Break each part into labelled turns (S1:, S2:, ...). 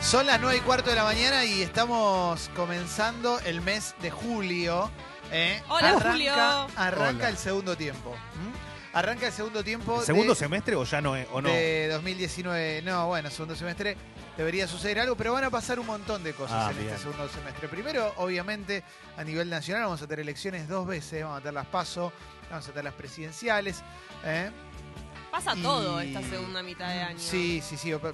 S1: Son las 9 y cuarto de la mañana y estamos comenzando el mes de julio. ¿eh?
S2: Hola,
S1: arranca,
S2: Julio.
S1: Arranca
S3: Hola.
S1: el segundo tiempo. ¿m? Arranca el segundo tiempo
S3: ¿El ¿Segundo
S1: de,
S3: semestre o ya no es, o no?
S1: de 2019. No, bueno, segundo semestre debería suceder algo, pero van a pasar un montón de cosas
S3: Ah,
S1: en
S3: bien.
S1: este segundo semestre. Primero, obviamente, a nivel nacional vamos a tener elecciones dos veces, vamos a tener las PASO, vamos a tener las presidenciales. ¿eh?
S2: Pasa
S1: Y-
S2: todo esta segunda mitad de año.
S1: Sí, sí, sí. va-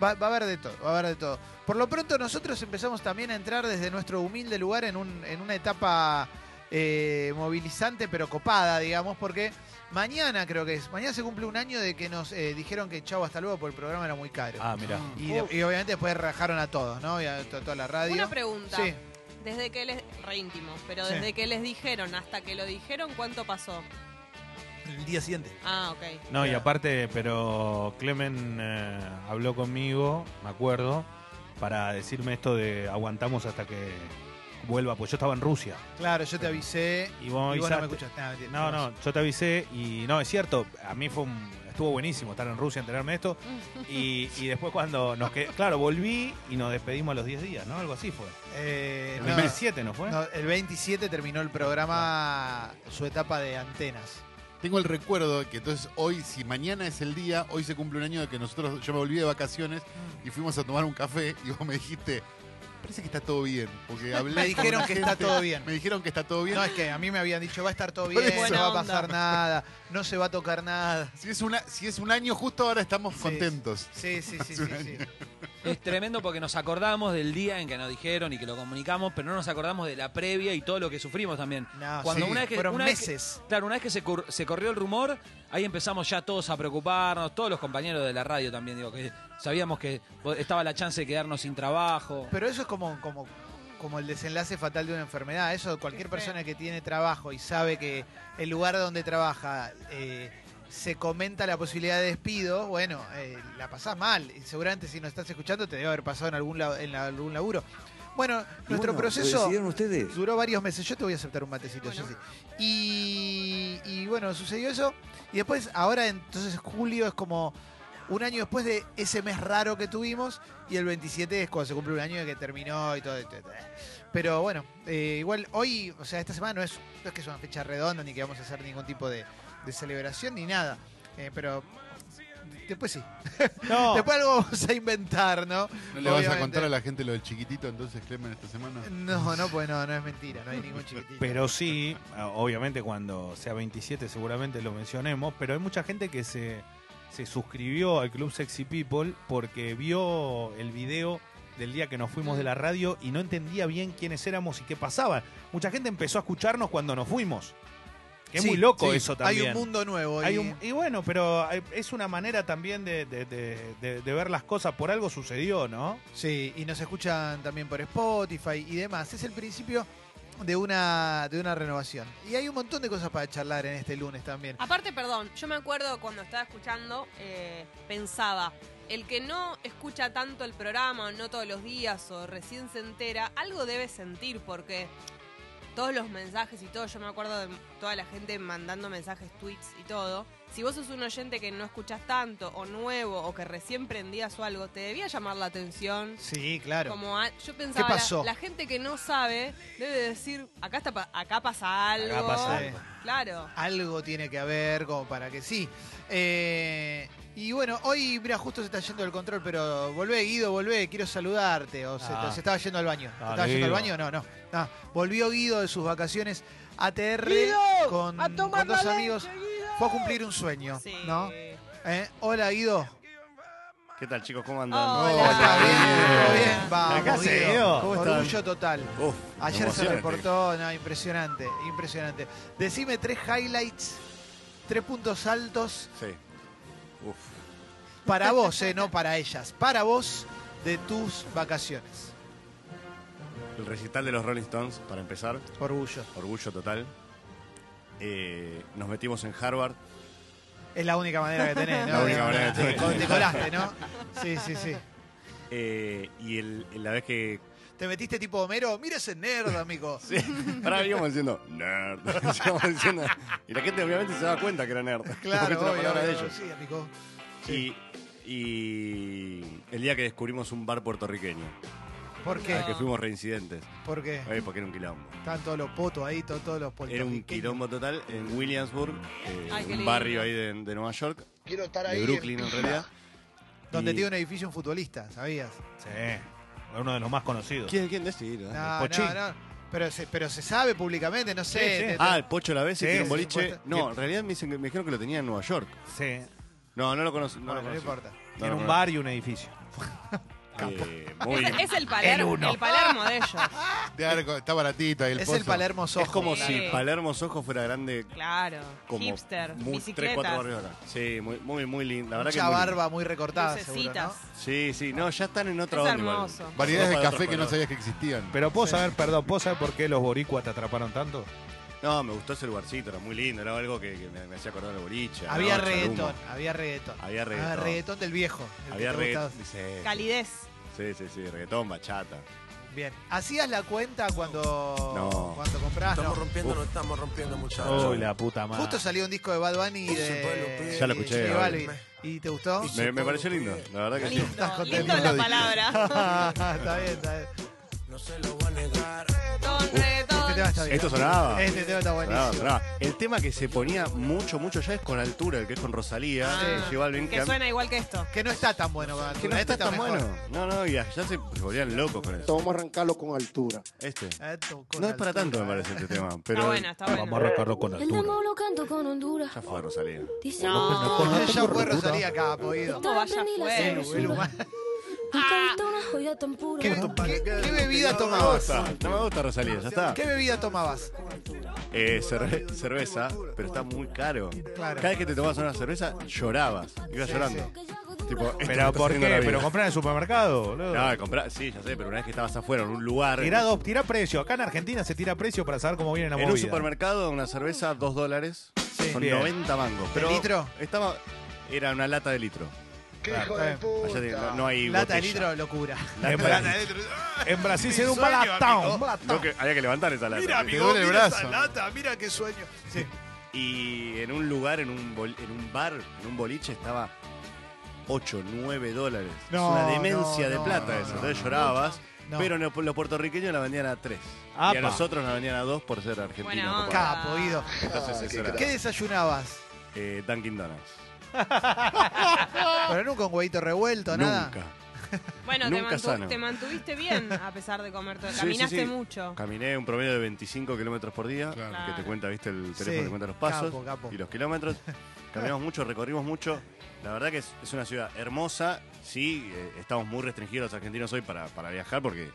S1: Va, va a haber de todo, va a haber de todo. Por lo pronto nosotros empezamos también a entrar desde nuestro humilde lugar en, un- en una etapa eh, movilizante pero copada, digamos, porque mañana creo que es, mañana se cumple un año de que nos eh, dijeron que chau hasta luego porque el programa era muy caro.
S3: Ah, mira.
S1: Y, de- y obviamente después rajaron a todos, ¿no? Y a to- toda la radio.
S2: Una pregunta.
S1: Sí,
S2: Desde que les. Re íntimo, pero
S1: Sí.
S2: desde que les dijeron hasta que lo dijeron, ¿cuánto pasó?
S4: El día siguiente.
S2: Ah, ok.
S3: No, y aparte, pero Clemen eh, habló conmigo, me acuerdo, para decirme esto de aguantamos hasta que vuelva, pues yo estaba en Rusia.
S1: claro, yo te avisé.
S3: Y vos,
S1: y vos no me
S3: avisaste.
S1: escuchaste nada. mentira,
S3: No, no, yo te avisé y no, es cierto, a mí fue un- estuvo buenísimo estar en Rusia, enterarme de esto. Y, y después cuando nos quedé, claro, volví y nos despedimos a los 10 días, ¿no? Algo así fue.
S1: Eh,
S3: El
S1: no.
S3: 2007, ¿no fue?
S1: No, el 27 terminó el programa, su etapa de antenas.
S5: Tengo el recuerdo de que entonces hoy, si mañana es el día, hoy se cumple un año de que nosotros, yo me volví de vacaciones y fuimos a tomar un café y vos me dijiste, parece que está todo bien, porque hablé
S1: Me
S5: con
S1: dijeron
S5: la
S1: que está
S5: gente,
S1: todo bien.
S5: Me dijeron que está todo bien.
S1: No, es que a mí me habían dicho, va a estar todo
S5: Por
S1: bien,
S5: eso.
S1: no va a
S2: Buena
S1: pasar
S2: onda.
S1: nada, no se va a tocar nada.
S5: Si, es una, si es un año justo ahora estamos
S1: Sí.
S5: contentos.
S1: Sí, sí, sí, sí. sí.
S4: Es tremendo porque nos acordamos del día en que nos dijeron y que lo comunicamos, pero no nos acordamos de la previa y todo lo que sufrimos también.
S1: No,
S4: Cuando
S1: sí,
S4: una vez que-
S1: fueron
S4: una vez que-
S1: meses.
S4: Claro, una vez que se, cur- se corrió el rumor, ahí empezamos ya todos a preocuparnos, todos los compañeros de la radio también, digo, que sabíamos que po- estaba la chance de quedarnos sin trabajo.
S1: Pero eso es como, como, como el desenlace fatal de una enfermedad. Eso cualquier
S2: Qué feo.
S1: persona que tiene trabajo y sabe que el lugar donde trabaja eh, se comenta la posibilidad de despido, bueno, eh, la pasás mal. Y seguramente si nos estás escuchando te debe haber pasado en algún, la- en la- algún laburo. Bueno,
S6: Y
S1: nuestro
S6: bueno, lo
S7: pues
S1: proceso...
S6: decidieron ustedes.
S1: Duró varios meses. Yo te voy a aceptar un matecito,
S2: Bueno.
S1: Jessy. Y, y bueno, sucedió eso. Y después, ahora entonces julio es como un año después de ese mes raro que tuvimos. Y el 27 es cuando se cumple un año de que terminó y todo. etcétera. Pero bueno, eh, igual hoy, o sea, esta semana no es, no es que es una fecha redonda ni que vamos a hacer ningún tipo de, de celebración ni nada. Eh, pero después sí.
S3: No,
S1: Después algo vamos a inventar, ¿no?
S5: ¿No le vas a
S1: Obviamente.
S5: contar a la gente lo del chiquitito entonces, Clemen, esta semana?
S1: No, no, pues no, no es mentira. No hay ningún chiquitito.
S3: Pero sí, ah, obviamente cuando sea 27 seguramente lo mencionemos, pero hay mucha gente que se, se suscribió al Club Sexy People porque vio el video del día que nos fuimos de la radio y no entendía bien quiénes éramos y qué pasaba. Mucha gente empezó a escucharnos cuando nos fuimos. Que es
S1: Sí,
S3: muy loco
S1: sí,
S3: eso también.
S1: Hay un mundo nuevo.
S3: Hay
S1: y-
S3: un- y bueno, pero hay- es una manera también de, de- de- de- de ver las cosas. Por algo sucedió, ¿no?
S1: Sí, y nos escuchan también por Spotify y demás. Es el principio de una, de una renovación. Y hay un montón de cosas para charlar en este lunes también.
S2: Aparte, perdón, yo me acuerdo cuando estaba escuchando, eh, pensaba, el que no escucha tanto el programa, o no todos los días, o recién se entera, algo debe sentir, porque todos los mensajes y todo, yo me acuerdo de toda la gente mandando mensajes, tweets y todo. Si vos sos un oyente que no escuchas tanto, o nuevo, o que recién prendías o algo, te debía llamar la atención.
S1: Sí, claro.
S2: Como a- yo pensaba,
S1: ¿Qué
S2: la-
S1: pasó?
S2: La, gente que no sabe debe decir, acá está pa- acá pasa algo.
S3: Acá pasa
S1: algo.
S2: Claro.
S1: Algo tiene que haber como para que sí. Eh, y bueno, hoy, mira, justo se está yendo el control, pero volvé, Guido, volvé, quiero saludarte. O se,
S3: Ah.
S1: se estaba yendo al baño. ¿Se
S3: Ah,
S1: estaba yendo al baño? No,
S3: Guido.
S1: no, no. Volvió Guido de sus vacaciones a TR con, con dos amigos. Fue a cumplir un sueño,
S2: Sí.
S1: ¿no? Eh, Hola, Guido.
S7: ¿Qué tal, chicos? ¿Cómo andan?
S2: Hola.
S1: ¿Cómo estás? Bien, todo bien. Vamos,
S3: Acá se
S1: Guido.
S3: dio.
S7: ¿Cómo están?
S1: Orgullo total.
S7: Uf,
S1: Ayer se
S7: emocionante.
S1: reportó, no, impresionante, impresionante. Decime tres highlights, tres puntos altos
S7: Sí. Uf.
S1: para vos, eh, no para ellas, para vos de tus vacaciones.
S7: El recital de los Rolling Stones, para empezar,
S1: Orgullo.
S7: orgullo total. Eh, nos metimos en Harvard.
S1: Es la única manera que tenés, ¿no?
S7: La única manera que tenés.
S1: Te- Te colaste, ¿no? Sí, sí, sí.
S7: eh, y el, el- la vez que.
S1: Te metiste tipo Homero, mira ese nerd, amigo.
S7: Sí, ahora íbamos diciendo nerd. Íbamos diciendo- y la gente obviamente se daba cuenta que era nerd.
S1: Claro,
S7: porque es una
S1: obvio,
S7: palabra de
S1: obvio,
S7: ellos.
S1: Sí, amigo.
S7: Y, y el día que descubrimos un bar puertorriqueño,
S1: ¿Por qué?
S7: al que fuimos reincidentes,
S1: ¿Por qué?
S7: Eh, porque era un quilombo.
S1: Están todos los potos ahí, to- todos los
S7: Era un
S1: puertorriqueños.
S7: quilombo total en Williamsburg, eh,
S2: Ay, qué
S7: un
S2: lindo.
S7: barrio ahí de, de Nueva York,
S6: Quiero estar ahí.
S7: de Brooklyn en realidad.
S1: Donde
S7: Y-
S1: tiene un edificio un futbolista, ¿sabías?
S3: Sí, uno de los más conocidos.
S7: ¿Quién, quién decir?
S1: No,
S3: Pochín.
S1: no, no. Pero se, pero se sabe públicamente, no sé.
S3: Sí, sí.
S1: te- te-
S7: Ah, el Pocho la vez
S3: Sí,
S7: tiene un
S1: sí,
S7: boliche.
S1: supuesto.
S7: No, en realidad me, dicen que- me dijeron que lo tenía en Nueva York.
S3: Sí,
S7: No, no lo conozco. No
S1: bueno,
S7: lo
S1: no
S7: conocí.
S1: importa.
S7: No
S3: tiene
S7: lo
S3: un
S7: conocí.
S3: bar y un edificio.
S7: Eh, muy-
S2: Es, es el Palermo, el, Palermo de ellos.
S5: Te arco, está baratito ahí el
S1: es
S5: pozo.
S1: el Palermo Soho.
S7: es como
S2: Sí.
S7: si Palermo Sojo fuera grande
S2: Claro.
S7: como
S2: Hipster,
S7: muy, tres, cuatro
S2: bicicletas,
S7: barrios ahora. Sí, muy, muy, muy lindo. La verdad que
S1: Mucha
S7: muy
S1: barba muy recortada, seguro,
S2: lucecitas.
S1: ¿no?
S7: lindo. Sí, sí, no, ya están en otra
S2: Es
S7: onda. igual.
S2: hermoso.
S5: Variedades de
S7: Ropa
S5: café
S7: otro
S5: que no
S7: color.
S5: sabías que existían.
S3: Pero puedo saber, perdón, ¿puedo saber por qué los boricuas te atraparon tanto?
S7: No, me gustó ese lugarcito, era muy lindo, era algo que, que me, me hacía acordar de boliche. a la
S1: Había
S7: noche, al humo.
S1: reggaetón, había reggaetón.
S7: Había reggaetón.
S1: del viejo. el que
S7: Había
S1: te
S7: reggaetón.
S1: gustaba.
S7: Sí,
S2: calidez.
S7: sí, sí, sí, reggaetón, bachata.
S1: Bien. ¿Hacías la cuenta cuando,
S7: No.
S1: cuando comprabas? No.
S8: Estamos rompiendo, no estamos rompiendo, muchachos.
S3: Uy, la puta madre.
S1: Justo salió un disco de Bad Bunny y de.
S7: Ya lo escuché,
S1: y de
S7: a ver.
S1: Balvin. ¿Y te gustó?
S8: Y-
S7: Me, me pareció lindo, la verdad que sí.
S1: Estás
S2: Lindo,
S1: contento.
S2: lindo es la palabra.
S1: está bien, está bien.
S8: No se lo va a negar.
S2: Reggaetón,
S1: Este tema
S2: reggaetón.
S1: está bien.
S7: Esto sonaba.
S1: Este tema está buenísimo.
S7: Sonaba, sonaba. El tema que se ponía mucho, mucho ya es con altura, el que es con Rosalía,
S2: Ah,
S7: que lleva al Balvin, que
S2: que
S7: a-
S2: suena igual que esto.
S1: Que no está tan bueno, Bad
S7: que no
S1: Bunny,
S7: está
S1: este
S7: tan
S1: mejor.
S7: bueno. No, no, y allá se volvían locos con eso.
S9: Vamos a arrancarlo con altura.
S7: Este.
S1: Esto con
S7: No es para
S1: altura.
S7: tanto, me parece, este tema. Pero
S2: Está buena, está
S3: Vamos a
S2: buena.
S3: arrancarlo con
S10: El
S3: altura.
S10: tango lo canto con Honduras.
S7: ya fue Rosalía.
S10: Dice
S1: No, ya fue Rosalía acá, podido.
S2: ¿Cómo vaya
S10: aprendí la
S2: fue?
S1: El,
S10: Pero
S1: el humano.
S10: Nunca he visto una joya tan pura.
S1: ¿Qué, qué- qué bebida tomabas?
S7: No me gusta Rosalía, ya está.
S1: ¿Qué bebida tomabas?
S7: Eh, cerve- cerveza, pero está muy caro.
S1: Claro.
S7: Cada vez que te tomabas una cerveza, llorabas. Ibas llorando. Tipo, esto me
S3: Pero
S7: está
S3: ¿por
S7: haciendo la
S3: qué?
S7: vida.
S3: Pero comprar en el supermercado, boludo.
S7: No, comprar, sí, ya sé, pero una vez que estabas afuera en un lugar.
S3: Tirá, dos- tirá precio. Acá en Argentina se tira precio para saber cómo viene la
S7: En
S3: movida.
S7: un supermercado, una cerveza, 2 dólares. Son
S3: Bien.
S7: 90 mangos. Pero
S1: litro?
S7: Estaba, era una lata de litro.
S6: ¡Qué
S3: Claro,
S6: hijo de
S7: Allá tiene- no,
S6: puta!
S7: no hay.
S1: Lata de
S7: botella.
S1: litro, locura.
S3: En, Bra- en Brasil se da un
S1: sueño,
S3: balatón.
S1: amigo.
S7: No, que había que levantar esa lata.
S5: Te duele el brazo.
S1: mira qué sueño. Sí.
S7: Y en un lugar, en un, bol- en un bar, en un boliche, estaba 8, 9 dólares.
S1: No,
S7: es una demencia
S1: no,
S7: de
S1: no, no,
S7: plata eso.
S1: no,
S7: Entonces llorabas.
S1: no.
S7: Pero no- los puertorriqueños la vendían a 3. Y
S3: Apa.
S7: a nosotros nos vendían a 2 por ser argentinos.
S2: Buena
S7: copados.
S1: Capo, Guido.
S7: Entonces eso era
S1: Ah, ¿Qué desayunabas?
S7: eh, Dunkin' Donuts.
S1: Pero nunca un huevito revuelto, nada.
S7: Nunca.
S2: Bueno, te,
S7: Nunca
S2: mantu-
S7: sano.
S2: te mantuviste bien a pesar de comer todo.
S7: Sí, sí,
S2: Caminaste
S7: sí.
S2: mucho.
S7: Caminé un promedio de 25 kilómetros por día,
S5: Claro.
S7: que te cuenta, viste, el teléfono
S1: Sí,
S7: que cuenta los pasos
S1: capo, capo.
S7: y los kilómetros. Caminamos mucho, recorrimos mucho. La verdad que es, es una ciudad hermosa. Sí, eh, estamos muy restringidos los argentinos hoy para, para viajar porque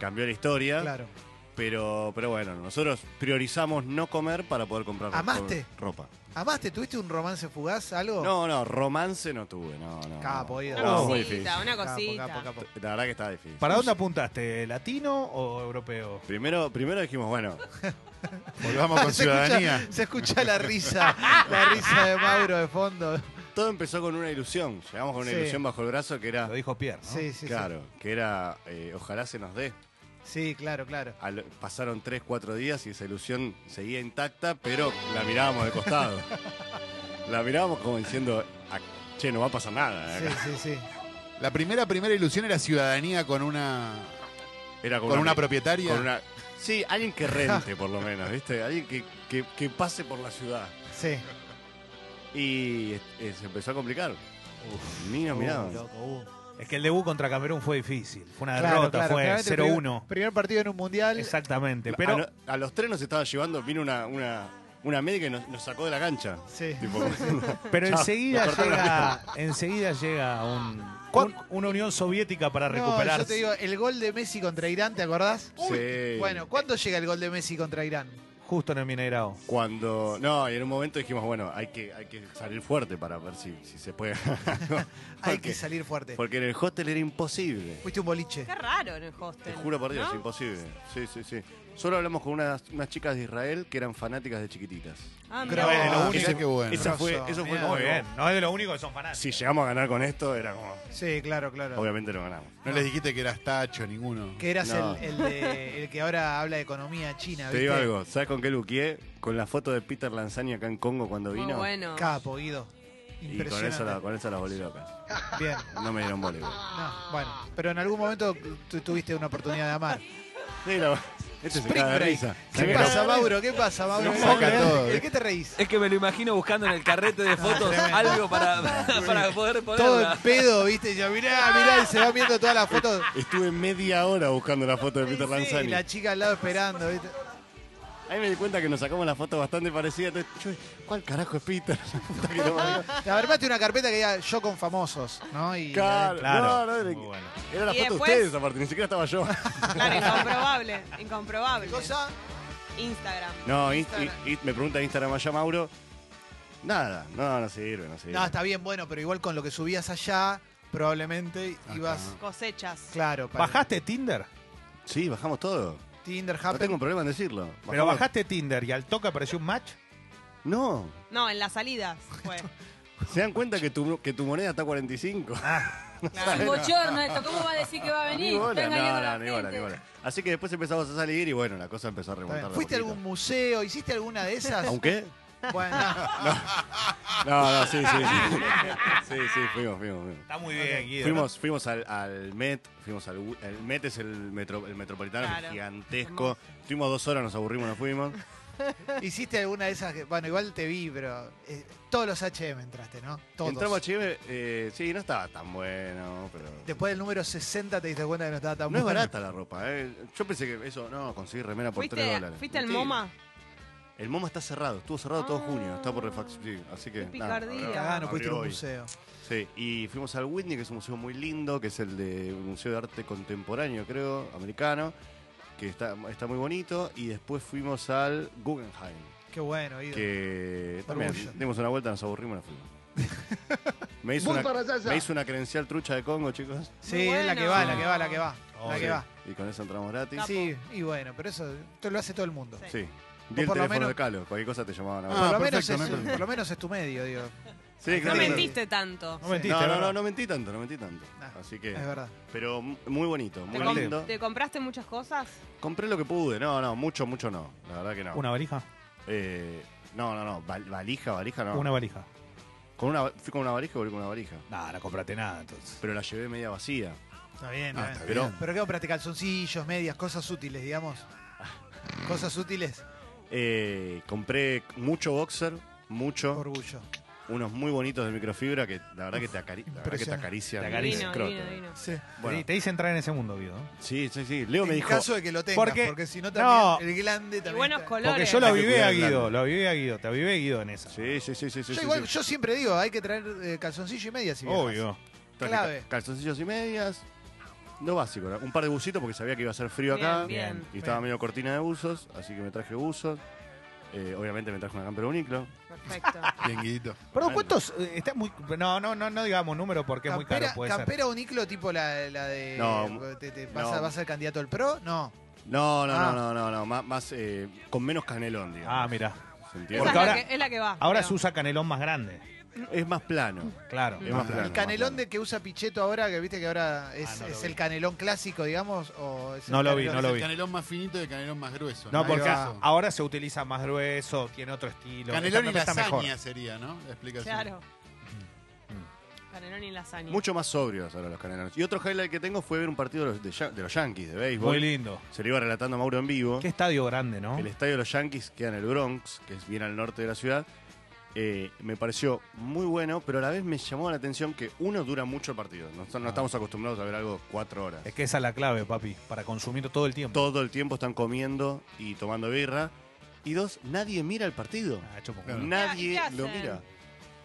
S7: cambió la historia.
S1: Claro.
S7: Pero, pero bueno, nosotros priorizamos no comer para poder comprar ro-
S1: ¿Amaste?
S7: ropa.
S1: Además, ¿te tuviste un romance fugaz? ¿Algo?
S7: No, no, romance no tuve, no, no.
S1: Capo,
S7: no.
S1: Ida.
S7: No,
S2: Una
S7: muy difícil.
S2: cosita, una
S1: Capo,
S2: cosita.
S1: capo, capo.
S7: La verdad que está difícil.
S3: ¿Para dónde apuntaste? ¿Latino o europeo?
S7: Primero, primero dijimos, bueno,
S5: Volvamos con
S1: Se escucha-
S5: ciudadanía.
S1: se escucha la risa, la risa de Mauro de fondo.
S7: todo empezó con una ilusión. Llegamos con una
S1: Sí.
S7: ilusión bajo el brazo que era
S3: Lo dijo Pierre, ¿no?
S1: Sí, sí, sí.
S7: claro, que era eh, ojalá se nos dé.
S1: Sí, claro, claro.
S7: Al- pasaron 3, 4 días y esa ilusión seguía intacta, pero la mirábamos de costado. la mirábamos como diciendo, "Ah, che, no va a pasar nada. eh".
S1: Sí,
S7: acá".
S1: sí, sí.
S5: La primera, primera ilusión era ciudadanía con una,
S7: Era
S5: con una propietaria.
S7: con una- Sí, alguien que rente por lo menos, ¿viste? Alguien que, que- que pase por la ciudad.
S1: Sí.
S7: Y eh, se empezó a complicar. Ni nos miraban.
S3: Uh, Es que el debut contra Camerún fue difícil. Fue una
S1: Claro,
S3: derrota,
S1: claro, claramente el
S3: fue
S1: primer-
S3: 0-1.
S1: Primer partido en un mundial.
S3: Exactamente.
S7: Pero... A,
S3: Eh, Pero
S7: no- a los tres nos estaba llevando, vino una, una, una médica y nos, nos sacó de la cancha.
S1: Sí.
S7: Tipo,
S3: Pero
S7: Chao,
S3: enseguida
S7: me cortaron la
S3: llega, enseguida llega un, un- una Unión Soviética para
S1: No,
S3: recuperarse.
S1: yo te digo, el gol de Messi contra Irán, ¿te acordás?
S7: Sí.
S1: Bueno, ¿cuándo llega el gol de Messi contra Irán?
S3: Justo en el Mineirao.
S7: Cuando. No, y en un momento dijimos, bueno, hay que, hay que salir fuerte para ver si, si se puede.
S1: Hay
S7: Porque-
S1: que salir fuerte.
S7: Porque en el hostel era imposible.
S1: Fuiste un boliche.
S2: Qué raro en el hostel.
S7: Te juro por Dios,
S2: ¿no?
S7: imposible. Sí, sí, sí. Solo hablamos con unas, unas chicas de Israel que eran fanáticas de chiquititas.
S2: Ah,
S1: Creo-
S2: mirá vos.
S1: lo
S5: Ah,
S1: único-
S5: mirá qué bueno.
S7: Esa fue,
S1: grosso,
S7: eso fue
S1: mirá.
S7: como.
S3: Muy bien. No es de lo único que son fanáticos.
S7: Si llegamos a ganar con esto, era como.
S1: Sí, claro, claro.
S7: Obviamente no ganamos.
S5: No les dijiste que eras tacho, ninguno.
S1: Que eras
S7: No.
S1: el, el de- el que ahora habla de economía china, Ah,
S7: Te
S1: ¿viste?
S7: digo algo, ¿sabes con qué luqueé? Con la foto de Peter Lanzani acá en Congo cuando
S2: Muy
S7: vino.
S2: bueno.
S1: Capo, Guido.
S7: Y con esa, la,
S1: Impresionante.
S7: con esa la volví loca.
S1: Bien.
S7: No me dieron bola. igual.
S1: No, bueno, pero en algún momento tu- tuviste una oportunidad de amar.
S7: Sí, la- Este se
S1: Spring
S7: caga de
S1: Break.
S7: risa.
S1: ¿Qué
S7: Se
S1: pasa,
S7: caga-
S1: Mauro? ¿Qué pasa, Mauro?
S5: No saca
S1: ¿De-
S5: todo,
S1: ¿De
S5: eh.
S1: qué te reís?
S4: Es que me lo imagino buscando en el carrete de fotos
S1: tremendo.
S4: algo para, para, poder
S1: Todo
S4: ponerla.
S1: en pedo, ¿viste? Y yo, mirá, mirá, y se van viendo todas las fotos.
S7: Estuve media hora buscando la foto de Peter
S1: Y
S7: Lanzani.
S1: la chica al lado esperando, ¿viste?
S7: Ahí me di cuenta que nos sacamos la foto bastante parecida. Entonces, yo, ¿cuál carajo es Peter? La puta que lo parió.
S1: Armaste una carpeta que diga yo con famosos, ¿no? Y
S7: Claro,
S3: Claro,
S7: no, no,
S3: muy
S7: le-
S3: bueno.
S7: Era la
S2: Y
S7: foto
S2: después-
S7: de ustedes, aparte, ni siquiera estaba yo.
S2: Claro, incomprobable, incomprobable.
S1: cosa.
S2: Instagram.
S7: No, in-
S1: Instagram.
S7: in- in- me pregunta Instagram allá, Mauro. Nada, no, no sirve, no sirve.
S1: No, está bien, bueno, pero igual con lo que subías allá, probablemente ibas.
S2: Cosechas.
S1: Claro, para-
S3: ¿Bajaste Tinder?
S7: Sí, bajamos todo.
S1: Tinder,
S7: No tengo
S1: Happen.
S7: problema en decirlo. Bajamos-
S3: Pero bajaste Tinder y al toque apareció un match.
S7: No,
S2: No, en las salidas fue.
S7: se dan cuenta que tu, que tu moneda está a 45.
S2: Claro.
S6: Un bochorno esto, ¿cómo va a decir que va a
S7: Ni
S6: venir?
S7: bola,
S6: Está engañando a la
S7: no, no, ni bola,
S6: gente.
S7: ni bola. Así que después empezamos a salir y bueno, la cosa empezó a
S1: Está
S7: remontar.
S1: bien.
S7: de
S1: ¿Fuiste a
S7: poquito.
S1: algún museo? ¿Hiciste alguna de esas?
S7: ¿Aunque?
S1: Bueno, no.
S7: No, no, sí, sí, sí. Sí, sí, fuimos, fuimos, fuimos.
S3: Está muy bien, Guido.
S7: Fuimos, fuimos al, al Met, fuimos al Gu- el Met es el, metro, el metropolitano
S2: Claro.
S7: es gigantesco. Estuvimos dos horas, nos aburrimos, nos fuimos.
S1: ¿Hiciste alguna de esas? Que, bueno, igual te vi, pero eh, todos los HM entraste, ¿no? Todos.
S7: Entramos a Chile, eh, sí, no estaba tan bueno, pero.
S1: Después del número 60 te diste cuenta que no estaba tan
S7: No es
S1: buena.
S7: barata la ropa, eh. Yo pensé que eso, no, conseguí remera por tres
S2: ¿Fuiste,
S7: dólares.
S2: ¿fuiste al
S7: Mentira.
S2: MoMA?
S7: El MoMA está cerrado, estuvo cerrado todo
S2: Ah.
S7: junio, está por refacción. así que.
S2: Qué
S7: nada,
S2: picardía.
S7: abrió-
S1: Cagá, no
S7: abrió
S1: pudiste ir a pues un
S7: hoy.
S1: museo.
S7: Sí, y fuimos al Whitney, que es un museo muy lindo, que es el de un Museo de Arte Contemporáneo, creo, americano, que está, está muy bonito. Y después fuimos al Guggenheim,
S1: Qué bueno, Guido.
S7: que también
S1: Orgullo.
S7: dimos una vuelta, nos aburrimos y nos fuimos. Me hizo, una, me hizo una credencial trucha de Congo, chicos.
S1: Sí,
S2: Muy
S1: es la
S2: bueno.
S1: que va, la que va, la que va. la
S3: Obvio.
S1: Ah, que va.
S7: Y con eso entramos gratis.
S2: Capo.
S1: Sí, y bueno, pero eso esto lo hace todo el mundo.
S2: Sí.
S7: Sí.
S1: O
S7: Vi el
S1: por lo
S7: teléfono
S1: menos-
S7: de Calo, cualquier cosa te llamaban a vos.
S1: por,
S5: Ah,
S1: lo menos
S5: perfecto,
S1: es,
S5: no hay problema.
S1: por lo menos es tu medio, digo.
S7: Sí,
S1: no
S2: No
S7: claro.
S2: mentiste tanto.
S3: No mentiste,
S7: No, no,
S3: ¿verdad?
S7: no, no mentí tanto, no mentí tanto.
S1: Ah,
S7: Así que,
S1: Es verdad.
S7: pero mu- muy bonito,
S2: ¿Te,
S7: muy
S3: Vale.
S2: com-
S7: lindo.
S2: te compraste muchas cosas?
S7: Compré lo que pude, no, no, mucho, mucho no, la verdad que no.
S3: ¿Una valija?
S7: Eh, no, no, no, val- valija, valija no.
S3: Una valija.
S7: Con una, fui con una valija y volví con una valija.
S3: Nada, no compraste nada entonces.
S7: Pero la llevé media vacía.
S1: Está bien,
S5: Ah,
S1: está
S2: eh.
S5: está
S1: bien.
S7: Pero
S5: bien.
S1: Pero qué compraste calzoncillos, medias, cosas útiles, digamos. Cosas útiles,
S7: eh, compré mucho boxer, mucho,
S1: orgullo.
S7: unos muy bonitos de microfibra que la verdad que te, acari- la verdad que te
S1: impresionante.
S7: acarician.
S3: Te acarician.
S7: el
S2: Divino,
S7: escroto. ¿eh?
S2: divino, divino.
S1: Sí.
S7: Bueno,
S3: Sí, te hice entrar en ese mundo, Guido.
S7: sí, sí, sí. Leo me
S1: en
S7: dijo.
S1: caso de que lo tengas, porque,
S3: Porque-
S1: si no
S3: No.
S1: también el glande
S2: Y
S1: también.
S2: buenos
S1: está-
S2: colores.
S3: Porque yo lo
S7: Hay que
S3: viví
S7: cuidar
S3: a
S7: el
S3: Guido,
S7: blando.
S3: lo viví a Guido, te avivé Guido en esa.
S7: Sí, sí, sí, sí, sí.
S1: yo
S7: sí,
S1: igual,
S7: sí.
S1: yo siempre digo, hay que traer eh, calzoncillo y media si viajas.
S3: Obvio.
S7: Traje
S1: clave.
S7: ca- Calzoncillos y medias. Lo básico, ¿no? un par de bucitos porque sabía que iba a hacer frío acá.
S2: Bien, bien.
S7: Y estaba medio cortina de buzos, así que me traje buzos. Eh, obviamente me traje una campera uniclo.
S2: Perfecto.
S5: Bien, Guidito.
S3: Perdón, ¿cuántos? eh, Está muy, no, no, no, no digamos número porque es muy caro, puede ser.
S1: campera uniclo tipo la, la de...
S7: No,
S1: te- te- vas, a,
S7: no.
S1: ¿Vas a ser candidato al PRO? No.
S7: No, no,
S1: Ah.
S7: no, no, no, no. Más, más, eh, con menos canelón, digamos.
S3: Ah, mira.
S7: ¿Se
S2: Esa
S7: entiende?
S3: Porque
S2: es, la
S3: ahora-
S2: que, es la que va.
S3: Ahora
S2: creo.
S3: se usa canelón más grande.
S7: Es más plano.
S3: Claro.
S7: Es más
S5: Y
S7: plano.
S1: ¿Y
S7: más
S1: canelón
S7: plano.
S1: de que usa Pichetto ahora, que viste que ahora es,
S3: Ah, no lo
S1: es
S3: vi.
S1: el canelón clásico, digamos? O es el
S3: No lo vi,
S1: canelón-
S3: no lo
S5: Es
S3: vi.
S5: El canelón más finito y el canelón más grueso.
S3: No,
S1: Ahí
S3: porque
S1: va.
S5: Eso.
S3: ahora se utiliza más grueso, tiene otro estilo.
S5: Canelón y
S3: está- está
S5: lasaña
S3: mejor.
S5: sería, ¿no? La explicación.
S2: Claro. Canelón y lasaña.
S7: Mm. Mucho más sobrios ahora los canelones. Y otro highlight que tengo fue ver un partido de los, de, ya- de los Yankees de béisbol.
S3: Muy lindo.
S7: Se lo iba relatando a Mauro en vivo.
S3: Qué estadio grande, ¿no?
S7: El estadio de los Yankees queda en el Bronx, que es bien al norte de la ciudad. Eh, me pareció muy bueno, pero a la vez me llamó la atención que uno dura mucho el partido. No, no
S3: Ah.
S7: estamos acostumbrados a ver algo cuatro horas.
S3: Es que esa es la clave, papi, para consumir todo el tiempo.
S7: Todo el tiempo están comiendo y tomando birra. Y dos, nadie mira el partido.
S3: Ah, chupo.
S5: Claro.
S2: ¿Y
S7: Nadie
S2: qué hacen?
S7: lo mira.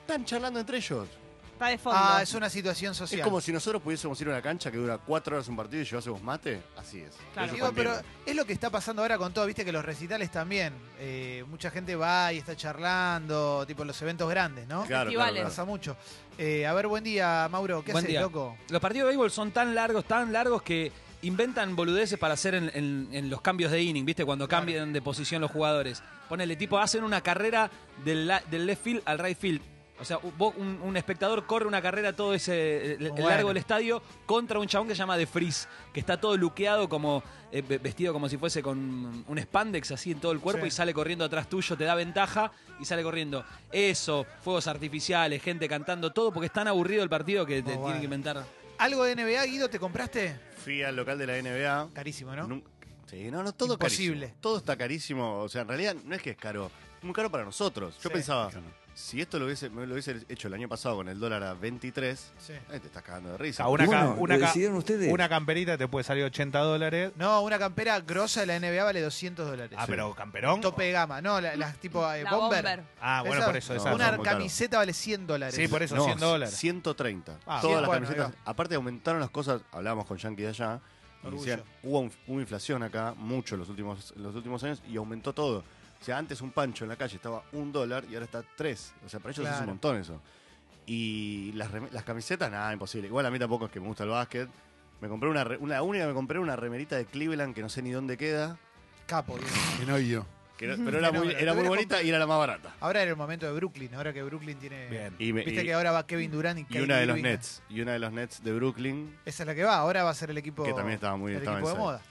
S7: Están charlando entre ellos.
S2: Está de fondo.
S1: Ah, es una situación social.
S7: Es como si nosotros pudiésemos ir a una cancha que dura cuatro horas un partido y llevásemos mate. Así es.
S2: Claro.
S7: Ellos
S1: Digo,
S7: también.
S1: pero es lo que está pasando ahora con todo, viste que los recitales también. eh, mucha gente va y está charlando, tipo los eventos grandes, ¿no?
S7: Claro, claro,
S2: Festivales.
S7: claro.
S1: Pasa mucho. Eh, a ver, buen día, Mauro. ¿Qué
S4: Buen
S1: haces,
S4: día.
S1: loco?
S4: Los partidos de béisbol son tan largos, tan largos que inventan boludeces para hacer en, en- en los cambios de inning, ¿viste? Cuando cambian de posición los jugadores. Ponele, tipo, hacen una carrera del, la- del left field al right field. O sea, u- vos- un, un espectador corre una carrera todo ese el- el
S1: Bueno.
S4: largo del estadio contra un chabón que se llama De Frizz, que está todo luqueado como eh, ve- vestido como si fuese con un spandex así en todo el cuerpo
S1: Sí.
S4: y sale corriendo atrás tuyo, te da ventaja y sale corriendo. Eso, fuegos artificiales, gente cantando todo porque es tan aburrido el partido que
S1: Muy
S4: te tienen
S1: Oh, bueno.
S4: que inventar.
S1: ¿Algo de NBA, Guido, te compraste?
S7: Fui al local de la NBA.
S1: Carísimo, ¿no?
S7: Nun- Sí, no, no, todo
S1: Imposible.
S7: carísimo. Todo está carísimo. O sea, en realidad no es que es caro. Es muy caro para nosotros. Yo
S1: Sí.
S7: pensaba, si esto lo hubiese, me lo hubiese hecho el año pasado con el dólar a 23,
S1: Sí.
S7: eh, te estás cagando de risa.
S3: Ah, una, ca-
S8: Bueno,
S3: una
S8: lo
S3: ca-
S8: decidieron ustedes.
S3: una camperita te puede salir 80 dólares.
S1: No, una campera grosa de la NBA vale 200 dólares.
S3: Ah, pero camperón.
S1: Tope de gama, no, la- las tipo eh,
S2: La
S1: bomber.
S2: bomber.
S3: Ah, bueno,
S1: Esa-
S3: por eso.
S7: No,
S3: Esa
S1: Una
S7: muy caro.
S1: camiseta vale 100 dólares.
S3: Sí, por eso, 100 dólares.
S7: 130.
S3: Ah,
S7: Todas
S1: sí,
S7: las
S1: bueno,
S7: camisetas.
S1: ahí
S7: Aparte aumentaron las cosas. Hablábamos con Yankee de allá. y
S1: Orgullo.
S7: decían, hubo un- una inflación acá, mucho en los últimos, en los últimos años, y aumentó todo. O sea, antes un pancho en la calle estaba un dólar y ahora está tres. O sea, para ellos es un
S1: Claro.
S7: montón eso. Y las, reme- las camisetas, nada, imposible. Igual a mí tampoco es que me gusta el básquet. Me compré una, re- una- la única que me compré una remerita de Cleveland que no sé ni dónde queda.
S1: Capo. Guido.
S5: En hoyo.
S7: que no- pero era
S1: No,
S7: muy,
S1: pero
S7: era
S1: te
S7: muy
S1: hubiera
S7: bonita y era la más barata.
S1: Ahora era el momento de Brooklyn, ahora que Brooklyn tiene...
S3: Bien.
S7: Y, me-
S1: Viste
S7: y-
S1: que ahora va Kevin Durant y
S7: y
S1: Kyrie
S7: una de los
S1: Irving.
S7: Nets. Y una de los Nets de Brooklyn.
S1: Esa es la que va, ahora va a ser el equipo...
S7: Que también estaba muy-
S1: el
S7: estaba
S1: equipo de
S7: en serio.
S1: moda.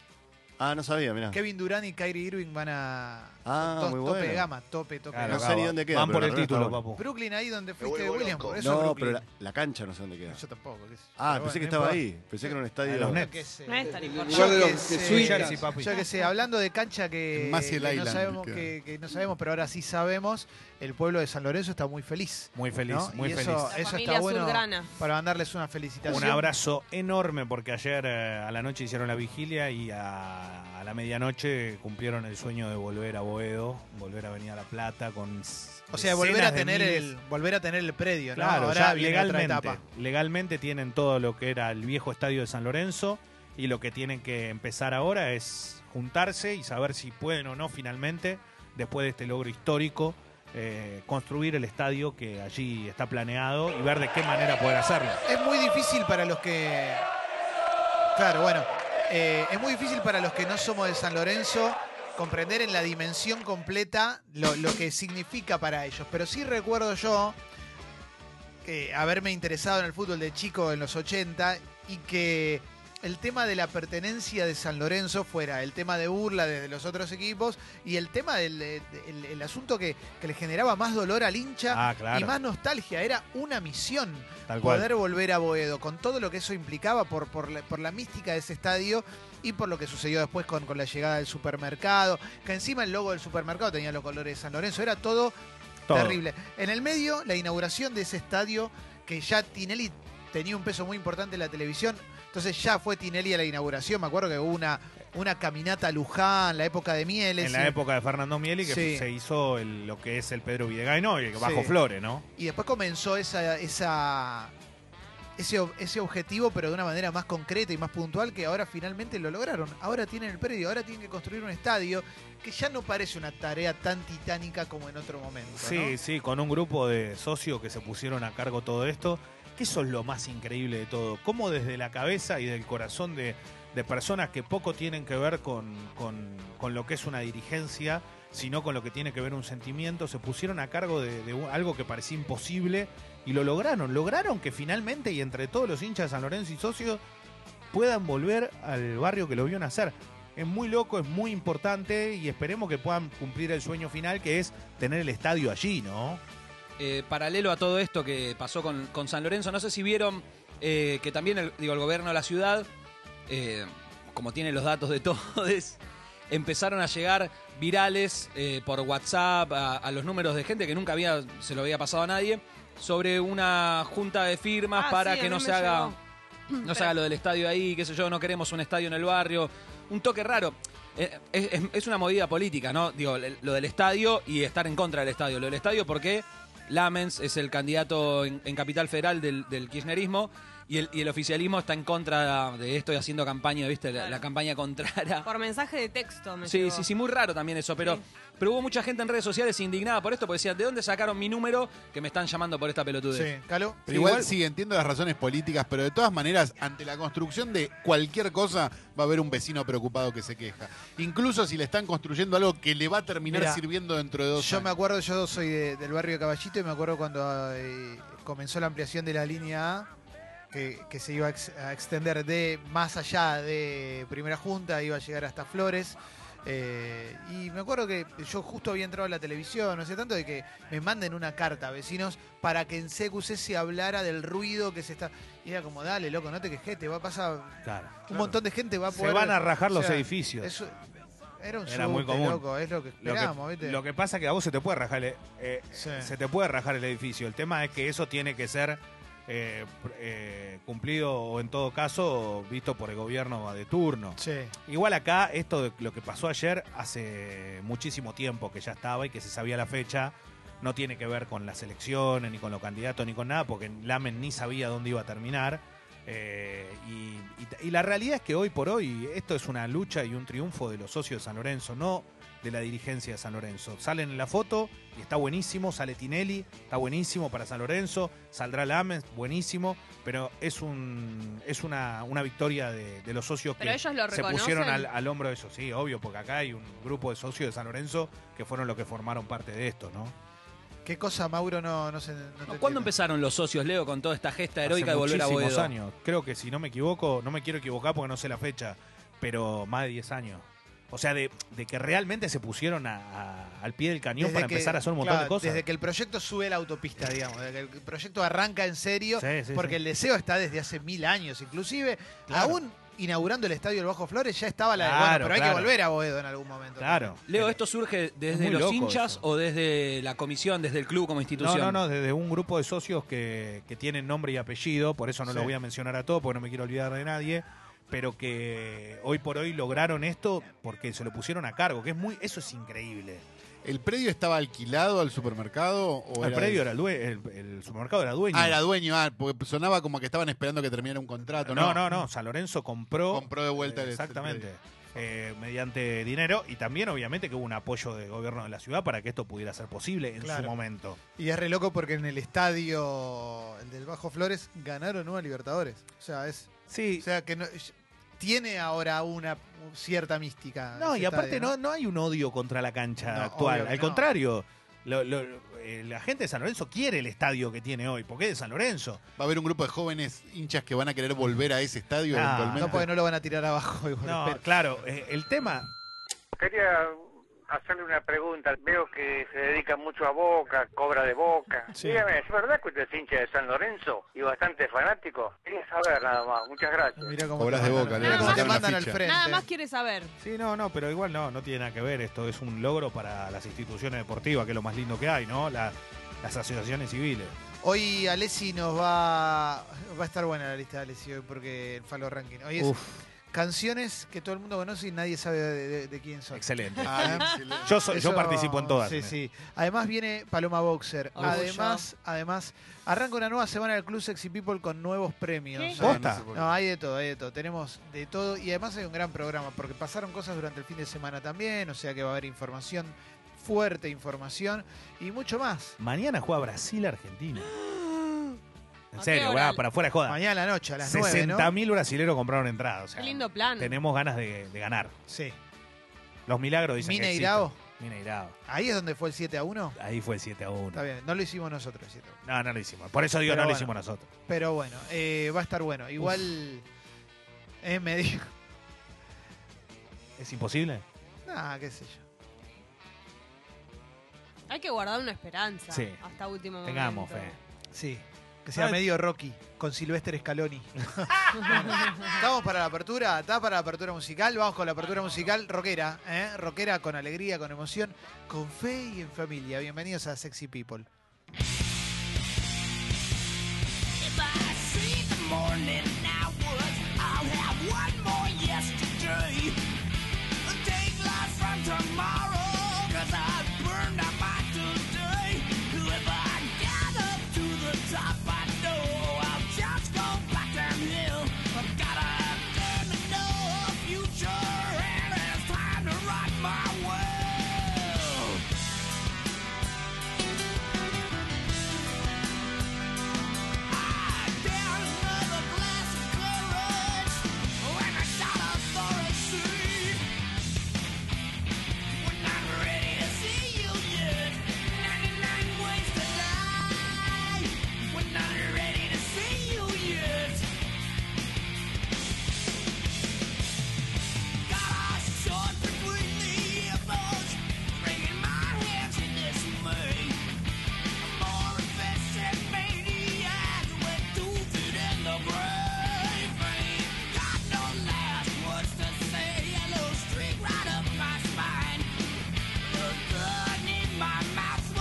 S7: Ah, no sabía, mirá.
S1: Kevin Durant y Kyrie Irving van a...
S7: Ah,
S1: son dos-
S7: muy
S1: tope
S7: bueno.
S1: de gama, tope, tope. de
S7: Claro,
S1: gama.
S7: sé ni dónde queda,
S3: Van
S7: pero
S3: por el
S7: la verdad
S3: título,
S7: está
S3: papu.
S1: William ahí donde fuiste,
S8: vuelvo
S1: William,
S8: loco.
S1: por eso
S7: No,
S1: Brooklyn.
S7: pero la, la cancha no sé dónde queda.
S1: Yo tampoco, qué sé yo.
S7: Ah,
S1: Pero
S7: pensé que
S1: bueno,
S7: estaba
S1: no importa.
S7: ahí. Pensé que era un
S3: A
S7: estadio. Ah,
S3: los
S1: Yo
S3: Nets.
S1: qué sé.
S2: No es tan importante.
S8: lugar de
S1: Yo
S8: los
S1: que sé.
S3: New
S8: jesuitas.
S3: Jersey, papi.
S1: Yo que sé, hablando de cancha que,
S5: En Maciel
S1: que no
S5: Island,
S1: sabemos,
S5: claro.
S1: que, que no sabemos, pero ahora sí sabemos, el pueblo de San Lorenzo está muy feliz.
S3: Muy feliz,
S1: ¿no?
S3: muy
S1: y
S3: feliz.
S1: Eso,
S2: La
S1: eso
S2: familia
S1: está bueno
S2: azulgrana.
S1: para mandarles una felicitación.
S3: Un abrazo enorme porque ayer eh, a la noche hicieron la vigilia y a, a la medianoche cumplieron el sueño de volver a Boedo, volver a venir a La Plata con... s-
S1: O sea, volver a
S3: decenas de
S1: tener
S3: miles.
S1: el volver a tener el predio, ¿no?
S3: Claro,
S1: Ahora
S3: ya
S1: viene otra
S3: legalmente,
S1: etapa.
S3: legalmente tienen todo lo que era el viejo estadio de San Lorenzo y lo que tienen que empezar ahora es juntarse y saber si pueden o no finalmente, después de este logro histórico, eh, construir el estadio que allí está planeado y ver de qué manera poder hacerlo.
S1: Es muy difícil para los que Claro, bueno, eh, es muy difícil para los que no somos de San Lorenzo comprender en la dimensión completa lo, lo que significa para ellos. Pero sí recuerdo yo que haberme interesado en el fútbol de chico en los 80 y que el tema de la pertenencia de San Lorenzo fuera el tema de burla de los otros equipos y el tema del de- el- el asunto que, que le generaba más dolor al hincha
S3: Ah, claro.
S1: y más nostalgia. Era una misión
S3: Tal cual.
S1: poder volver a Boedo, con todo lo que eso implicaba por, por, la, por la mística de ese estadio y por lo que sucedió después con, con la llegada del supermercado, que encima el logo del supermercado tenía los colores de San Lorenzo, era todo,
S3: Todo.
S1: terrible. En el medio, la inauguración de ese estadio, que ya Tinelli tenía un peso muy importante en la televisión, entonces ya fue Tinelli a la inauguración, me acuerdo que hubo una, una caminata a Luján, la época de Mieles.
S3: En la
S1: y-
S3: época de Fernando Mieli que
S1: Sí.
S3: se hizo el- lo que es el Pedro Videgain hoy, bajo
S1: Sí.
S3: Flores, ¿no?
S1: Y después comenzó esa, esa, ese, ob- ese objetivo, pero de una manera más concreta y más puntual, que ahora finalmente lo lograron. Ahora tienen el predio, ahora tienen que construir un estadio, que ya no parece una tarea tan titánica como en otro momento.
S3: Sí, sí, con un grupo de socios que se pusieron a cargo todo esto. Que eso es lo más increíble de todo. Cómo desde la cabeza y del corazón de, de personas que poco tienen que ver con, con- con lo que es una dirigencia, sino con lo que tiene que ver un sentimiento, se pusieron a cargo de, de un- algo que parecía imposible y lo lograron. Lograron que finalmente, y entre todos los hinchas de San Lorenzo y socios, puedan volver al barrio que lo vio nacer. Es muy loco, es muy importante y esperemos que puedan cumplir el sueño final que es tener el estadio allí, ¿no?
S4: Eh, paralelo a todo esto que pasó con, con San Lorenzo, no sé si vieron eh, que también el, digo, el gobierno de la ciudad, eh, como tiene los datos de todos, empezaron a llegar virales eh, por WhatsApp a, a los números de gente que nunca había, se lo había pasado a nadie, sobre una junta de firmas
S2: Ah,
S4: para
S2: sí, a
S4: que
S2: mí
S4: no
S2: me
S4: se haga...
S2: llegó.
S4: No se
S2: Pero-
S4: haga lo del estadio ahí, qué sé yo, no queremos un estadio en el barrio. Un toque raro. Eh, Es, es- es una movida política, ¿no? Digo, le- lo del estadio y estar en contra del estadio. Lo del estadio porque Lamens es el candidato en, en Capital Federal del, del kirchnerismo Y el, y el oficialismo está en contra de esto y haciendo campaña, ¿viste? La,
S2: Claro.
S4: la campaña contraria.
S2: Por mensaje de texto, me
S4: Sí,
S2: llegó.
S4: sí, sí, muy raro también eso, pero,
S2: Sí.
S4: pero hubo mucha gente en redes sociales indignada por esto, porque decía, ¿de dónde sacaron mi número que me están llamando por esta pelotudez?
S1: Sí, Calo.
S5: Pero igual, sí, entiendo las razones políticas, pero de todas maneras, ante la construcción de cualquier cosa, va a haber un vecino preocupado que se queja. Incluso si le están construyendo algo que le va a terminar
S1: Mira,
S5: sirviendo dentro de dos
S1: Yo me
S5: años.
S1: acuerdo, yo soy de- del barrio de Caballito y me acuerdo cuando eh, comenzó la ampliación de la línea A, que, que se iba a, ex- a extender de más allá de Primera Junta, iba a llegar hasta Flores. eh, y me acuerdo que yo justo había entrado a la televisión, no sé tanto, de que me manden una carta a vecinos para que en CQC se hablara del ruido que se está. Y era como, dale, loco, no te quejes, te va a pasar.
S3: Claro.
S1: Un montón de gente va a
S3: Se
S1: poder.
S3: van a rajar
S1: o
S3: los
S1: sea,
S3: edificios.
S1: eso- era un
S3: Era muy
S1: subte,
S3: común.
S1: loco, es lo que
S3: Lo que,
S1: esperábamos, ¿viste?
S3: lo que pasa es que a vos se te puede rajar el, eh,
S1: Sí.
S3: se te puede rajar el edificio. El tema es que eso tiene que ser eh, pr- eh, cumplido o en todo caso visto por el gobierno de turno.
S1: Sí.
S3: Igual acá, esto de lo que pasó ayer hace muchísimo tiempo que ya estaba y que se sabía la fecha, no tiene que ver con las elecciones, ni con los candidatos, ni con nada, porque Lamen ni sabía dónde iba a terminar. Eh, y, y t- y la realidad es que hoy por hoy esto es una lucha y un triunfo de los socios de San Lorenzo, no de la dirigencia de San Lorenzo. Salen en la foto y está buenísimo, sale Tinelli, está buenísimo para San Lorenzo, saldrá Lamen, buenísimo, pero es un es una, una victoria de, de los socios
S2: Pero
S3: que
S2: ellos lo
S3: se pusieron
S2: reconocen.
S3: al, al hombro de eso, sí, obvio, porque acá hay un grupo de socios de San Lorenzo que fueron los que formaron parte de esto, ¿no?
S1: ¿Qué cosa, Mauro? No, no sé. no te
S4: ¿Cuándo
S1: entiendo.
S4: empezaron los socios, Leo, con toda esta gesta heroica
S3: Hace
S4: de volver a
S3: muchísimos
S4: Boedo?
S3: años. Creo que si no me equivoco, no me quiero equivocar porque no sé la fecha, pero más de 10 años. O sea, de, de que realmente se pusieron a- a- al pie del cañón
S1: Desde
S3: para
S1: que-
S3: empezar a hacer un montón
S1: claro,
S3: de cosas.
S1: Desde que el proyecto sube la autopista, digamos. Desde que el proyecto arranca en serio.
S3: Sí, sí,
S1: porque
S3: sí.
S1: el deseo está desde hace mil años. Inclusive,
S3: Claro.
S1: aún inaugurando el estadio del Bajo Flores, ya estaba la de,
S3: Claro,
S1: bueno, pero hay
S3: claro.
S1: que volver a Boedo en algún momento.
S3: Claro.
S4: Leo, ¿esto surge desde
S3: muy
S4: los
S3: loco
S4: hinchas
S3: eso.
S4: o desde la comisión, desde el club como
S3: No,
S4: institución?
S3: no, no, desde un grupo de socios que, que tienen nombre y apellido, por eso no
S1: Sí.
S3: los voy a mencionar a todos, porque no me quiero olvidar de nadie, pero que hoy por hoy lograron esto porque se lo pusieron a cargo, que es muy, eso es increíble.
S5: ¿El predio estaba alquilado al supermercado? O
S3: el
S5: era
S3: predio
S5: de-
S3: era el, due- el- el supermercado era dueño.
S5: Ah, era dueño, ah, porque sonaba como que estaban esperando que terminara un contrato,
S3: no,
S5: ¿no?
S3: no, no, San Lorenzo compró,
S5: Compró de vuelta
S3: eh,
S5: el- este el
S3: exactamente
S5: predio.
S3: eh, mediante dinero y también obviamente que hubo un apoyo del gobierno de la ciudad para que esto pudiera ser posible en
S1: Claro.
S3: su momento.
S1: Y es re loco porque en el estadio el del Bajo Flores ganaron nueva Libertadores. O sea, es.
S3: Sí,
S1: O sea, que no- tiene ahora una cierta mística.
S3: No,
S1: ese
S3: y aparte
S1: estadio,
S3: no, no hay un odio contra la cancha
S1: No,
S3: actual.
S1: obvio que
S3: Al
S1: no.
S3: contrario, lo- lo- eh, la gente de San Lorenzo quiere el estadio que tiene hoy, porque es de San Lorenzo.
S5: Va a haber un grupo de jóvenes hinchas que van a querer volver a ese estadio
S3: Ah,
S5: eventualmente.
S1: No, porque no lo van a tirar abajo. igual,
S3: No,
S1: pero-
S3: claro, eh, el tema.
S9: Quería hacerle una pregunta. Veo que se dedica mucho a Boca, cobra de Boca.
S1: Sí.
S9: Dígame, ¿es verdad que usted es hincha de San Lorenzo y bastante fanático? Quería saber nada más. Muchas gracias.
S1: Mirá cómo
S5: Cobras
S1: te
S5: de
S1: mandan-
S5: Boca,
S1: mirá
S2: Leo,
S1: cómo te
S2: sacan
S5: la
S1: mandan al
S5: ficha.
S1: frente.
S2: Nada más quiere saber.
S3: Sí, no, no, pero igual no, no tiene nada que ver. Esto es un logro para las instituciones deportivas, que es lo más lindo que hay, ¿no? La- las asociaciones civiles.
S1: Hoy Alessi nos va. Va a estar buena la lista de Alessi hoy porque el Falo Ranking. Hoy es
S3: Uf,
S1: canciones que todo el mundo conoce y nadie sabe de, de- de quién son. ¿eh?
S3: excelente.
S5: Ah, excelente.
S3: Yo, soy- yo
S1: Eso-
S3: participo en todas.
S1: Sí,
S3: en
S1: sí. Además viene Paloma Boxer.
S2: Orgullo.
S1: Además, además, arranca una nueva semana del Club Sexy People con nuevos premios.
S2: ¿Qué?
S5: Ah, no sé
S3: Posta.
S5: por qué.
S1: No, hay de todo, hay de todo. Tenemos de todo y además hay un gran programa porque pasaron cosas durante el fin de semana también, o sea que va a haber información, fuerte información y mucho más.
S3: Mañana juega Brasil-Argentina. En
S2: ¿A qué
S3: serio, weá,
S2: hora?
S3: para afuera de joda.
S1: Mañana a la noche a las 9, ¿no?
S3: 60.000 brasileros compraron entradas. o sea,
S2: Qué lindo plan.
S3: Tenemos ganas de, de ganar.
S1: Sí.
S3: Los milagros dicen que
S1: Mineirao.
S3: existen. Mineirao.
S1: Ahí es donde fue el 7 a 1.
S3: Ahí fue el 7 a 1.
S1: Está bien, no lo hicimos nosotros, el 7 a 1.
S3: No, no lo hicimos. Por eso digo,
S1: Pero
S3: no
S1: bueno.
S3: lo hicimos nosotros.
S1: Pero bueno, eh, va a estar bueno. Igual eh, me dijo,
S3: ¿Es imposible?
S1: ah, qué sé yo.
S2: Hay que guardar una esperanza
S3: Sí.
S2: hasta último momento.
S3: Tengamos fe.
S1: Sí, que sea
S3: Ah,
S1: medio Rocky con Silvestre Scaloni. Bueno, Estamos para la apertura, está para la apertura musical, vamos con la apertura musical rockera, ¿eh? rockera con alegría, con emoción, con fe y en familia. Bienvenidos a Sexy People.
S10: If I see the morning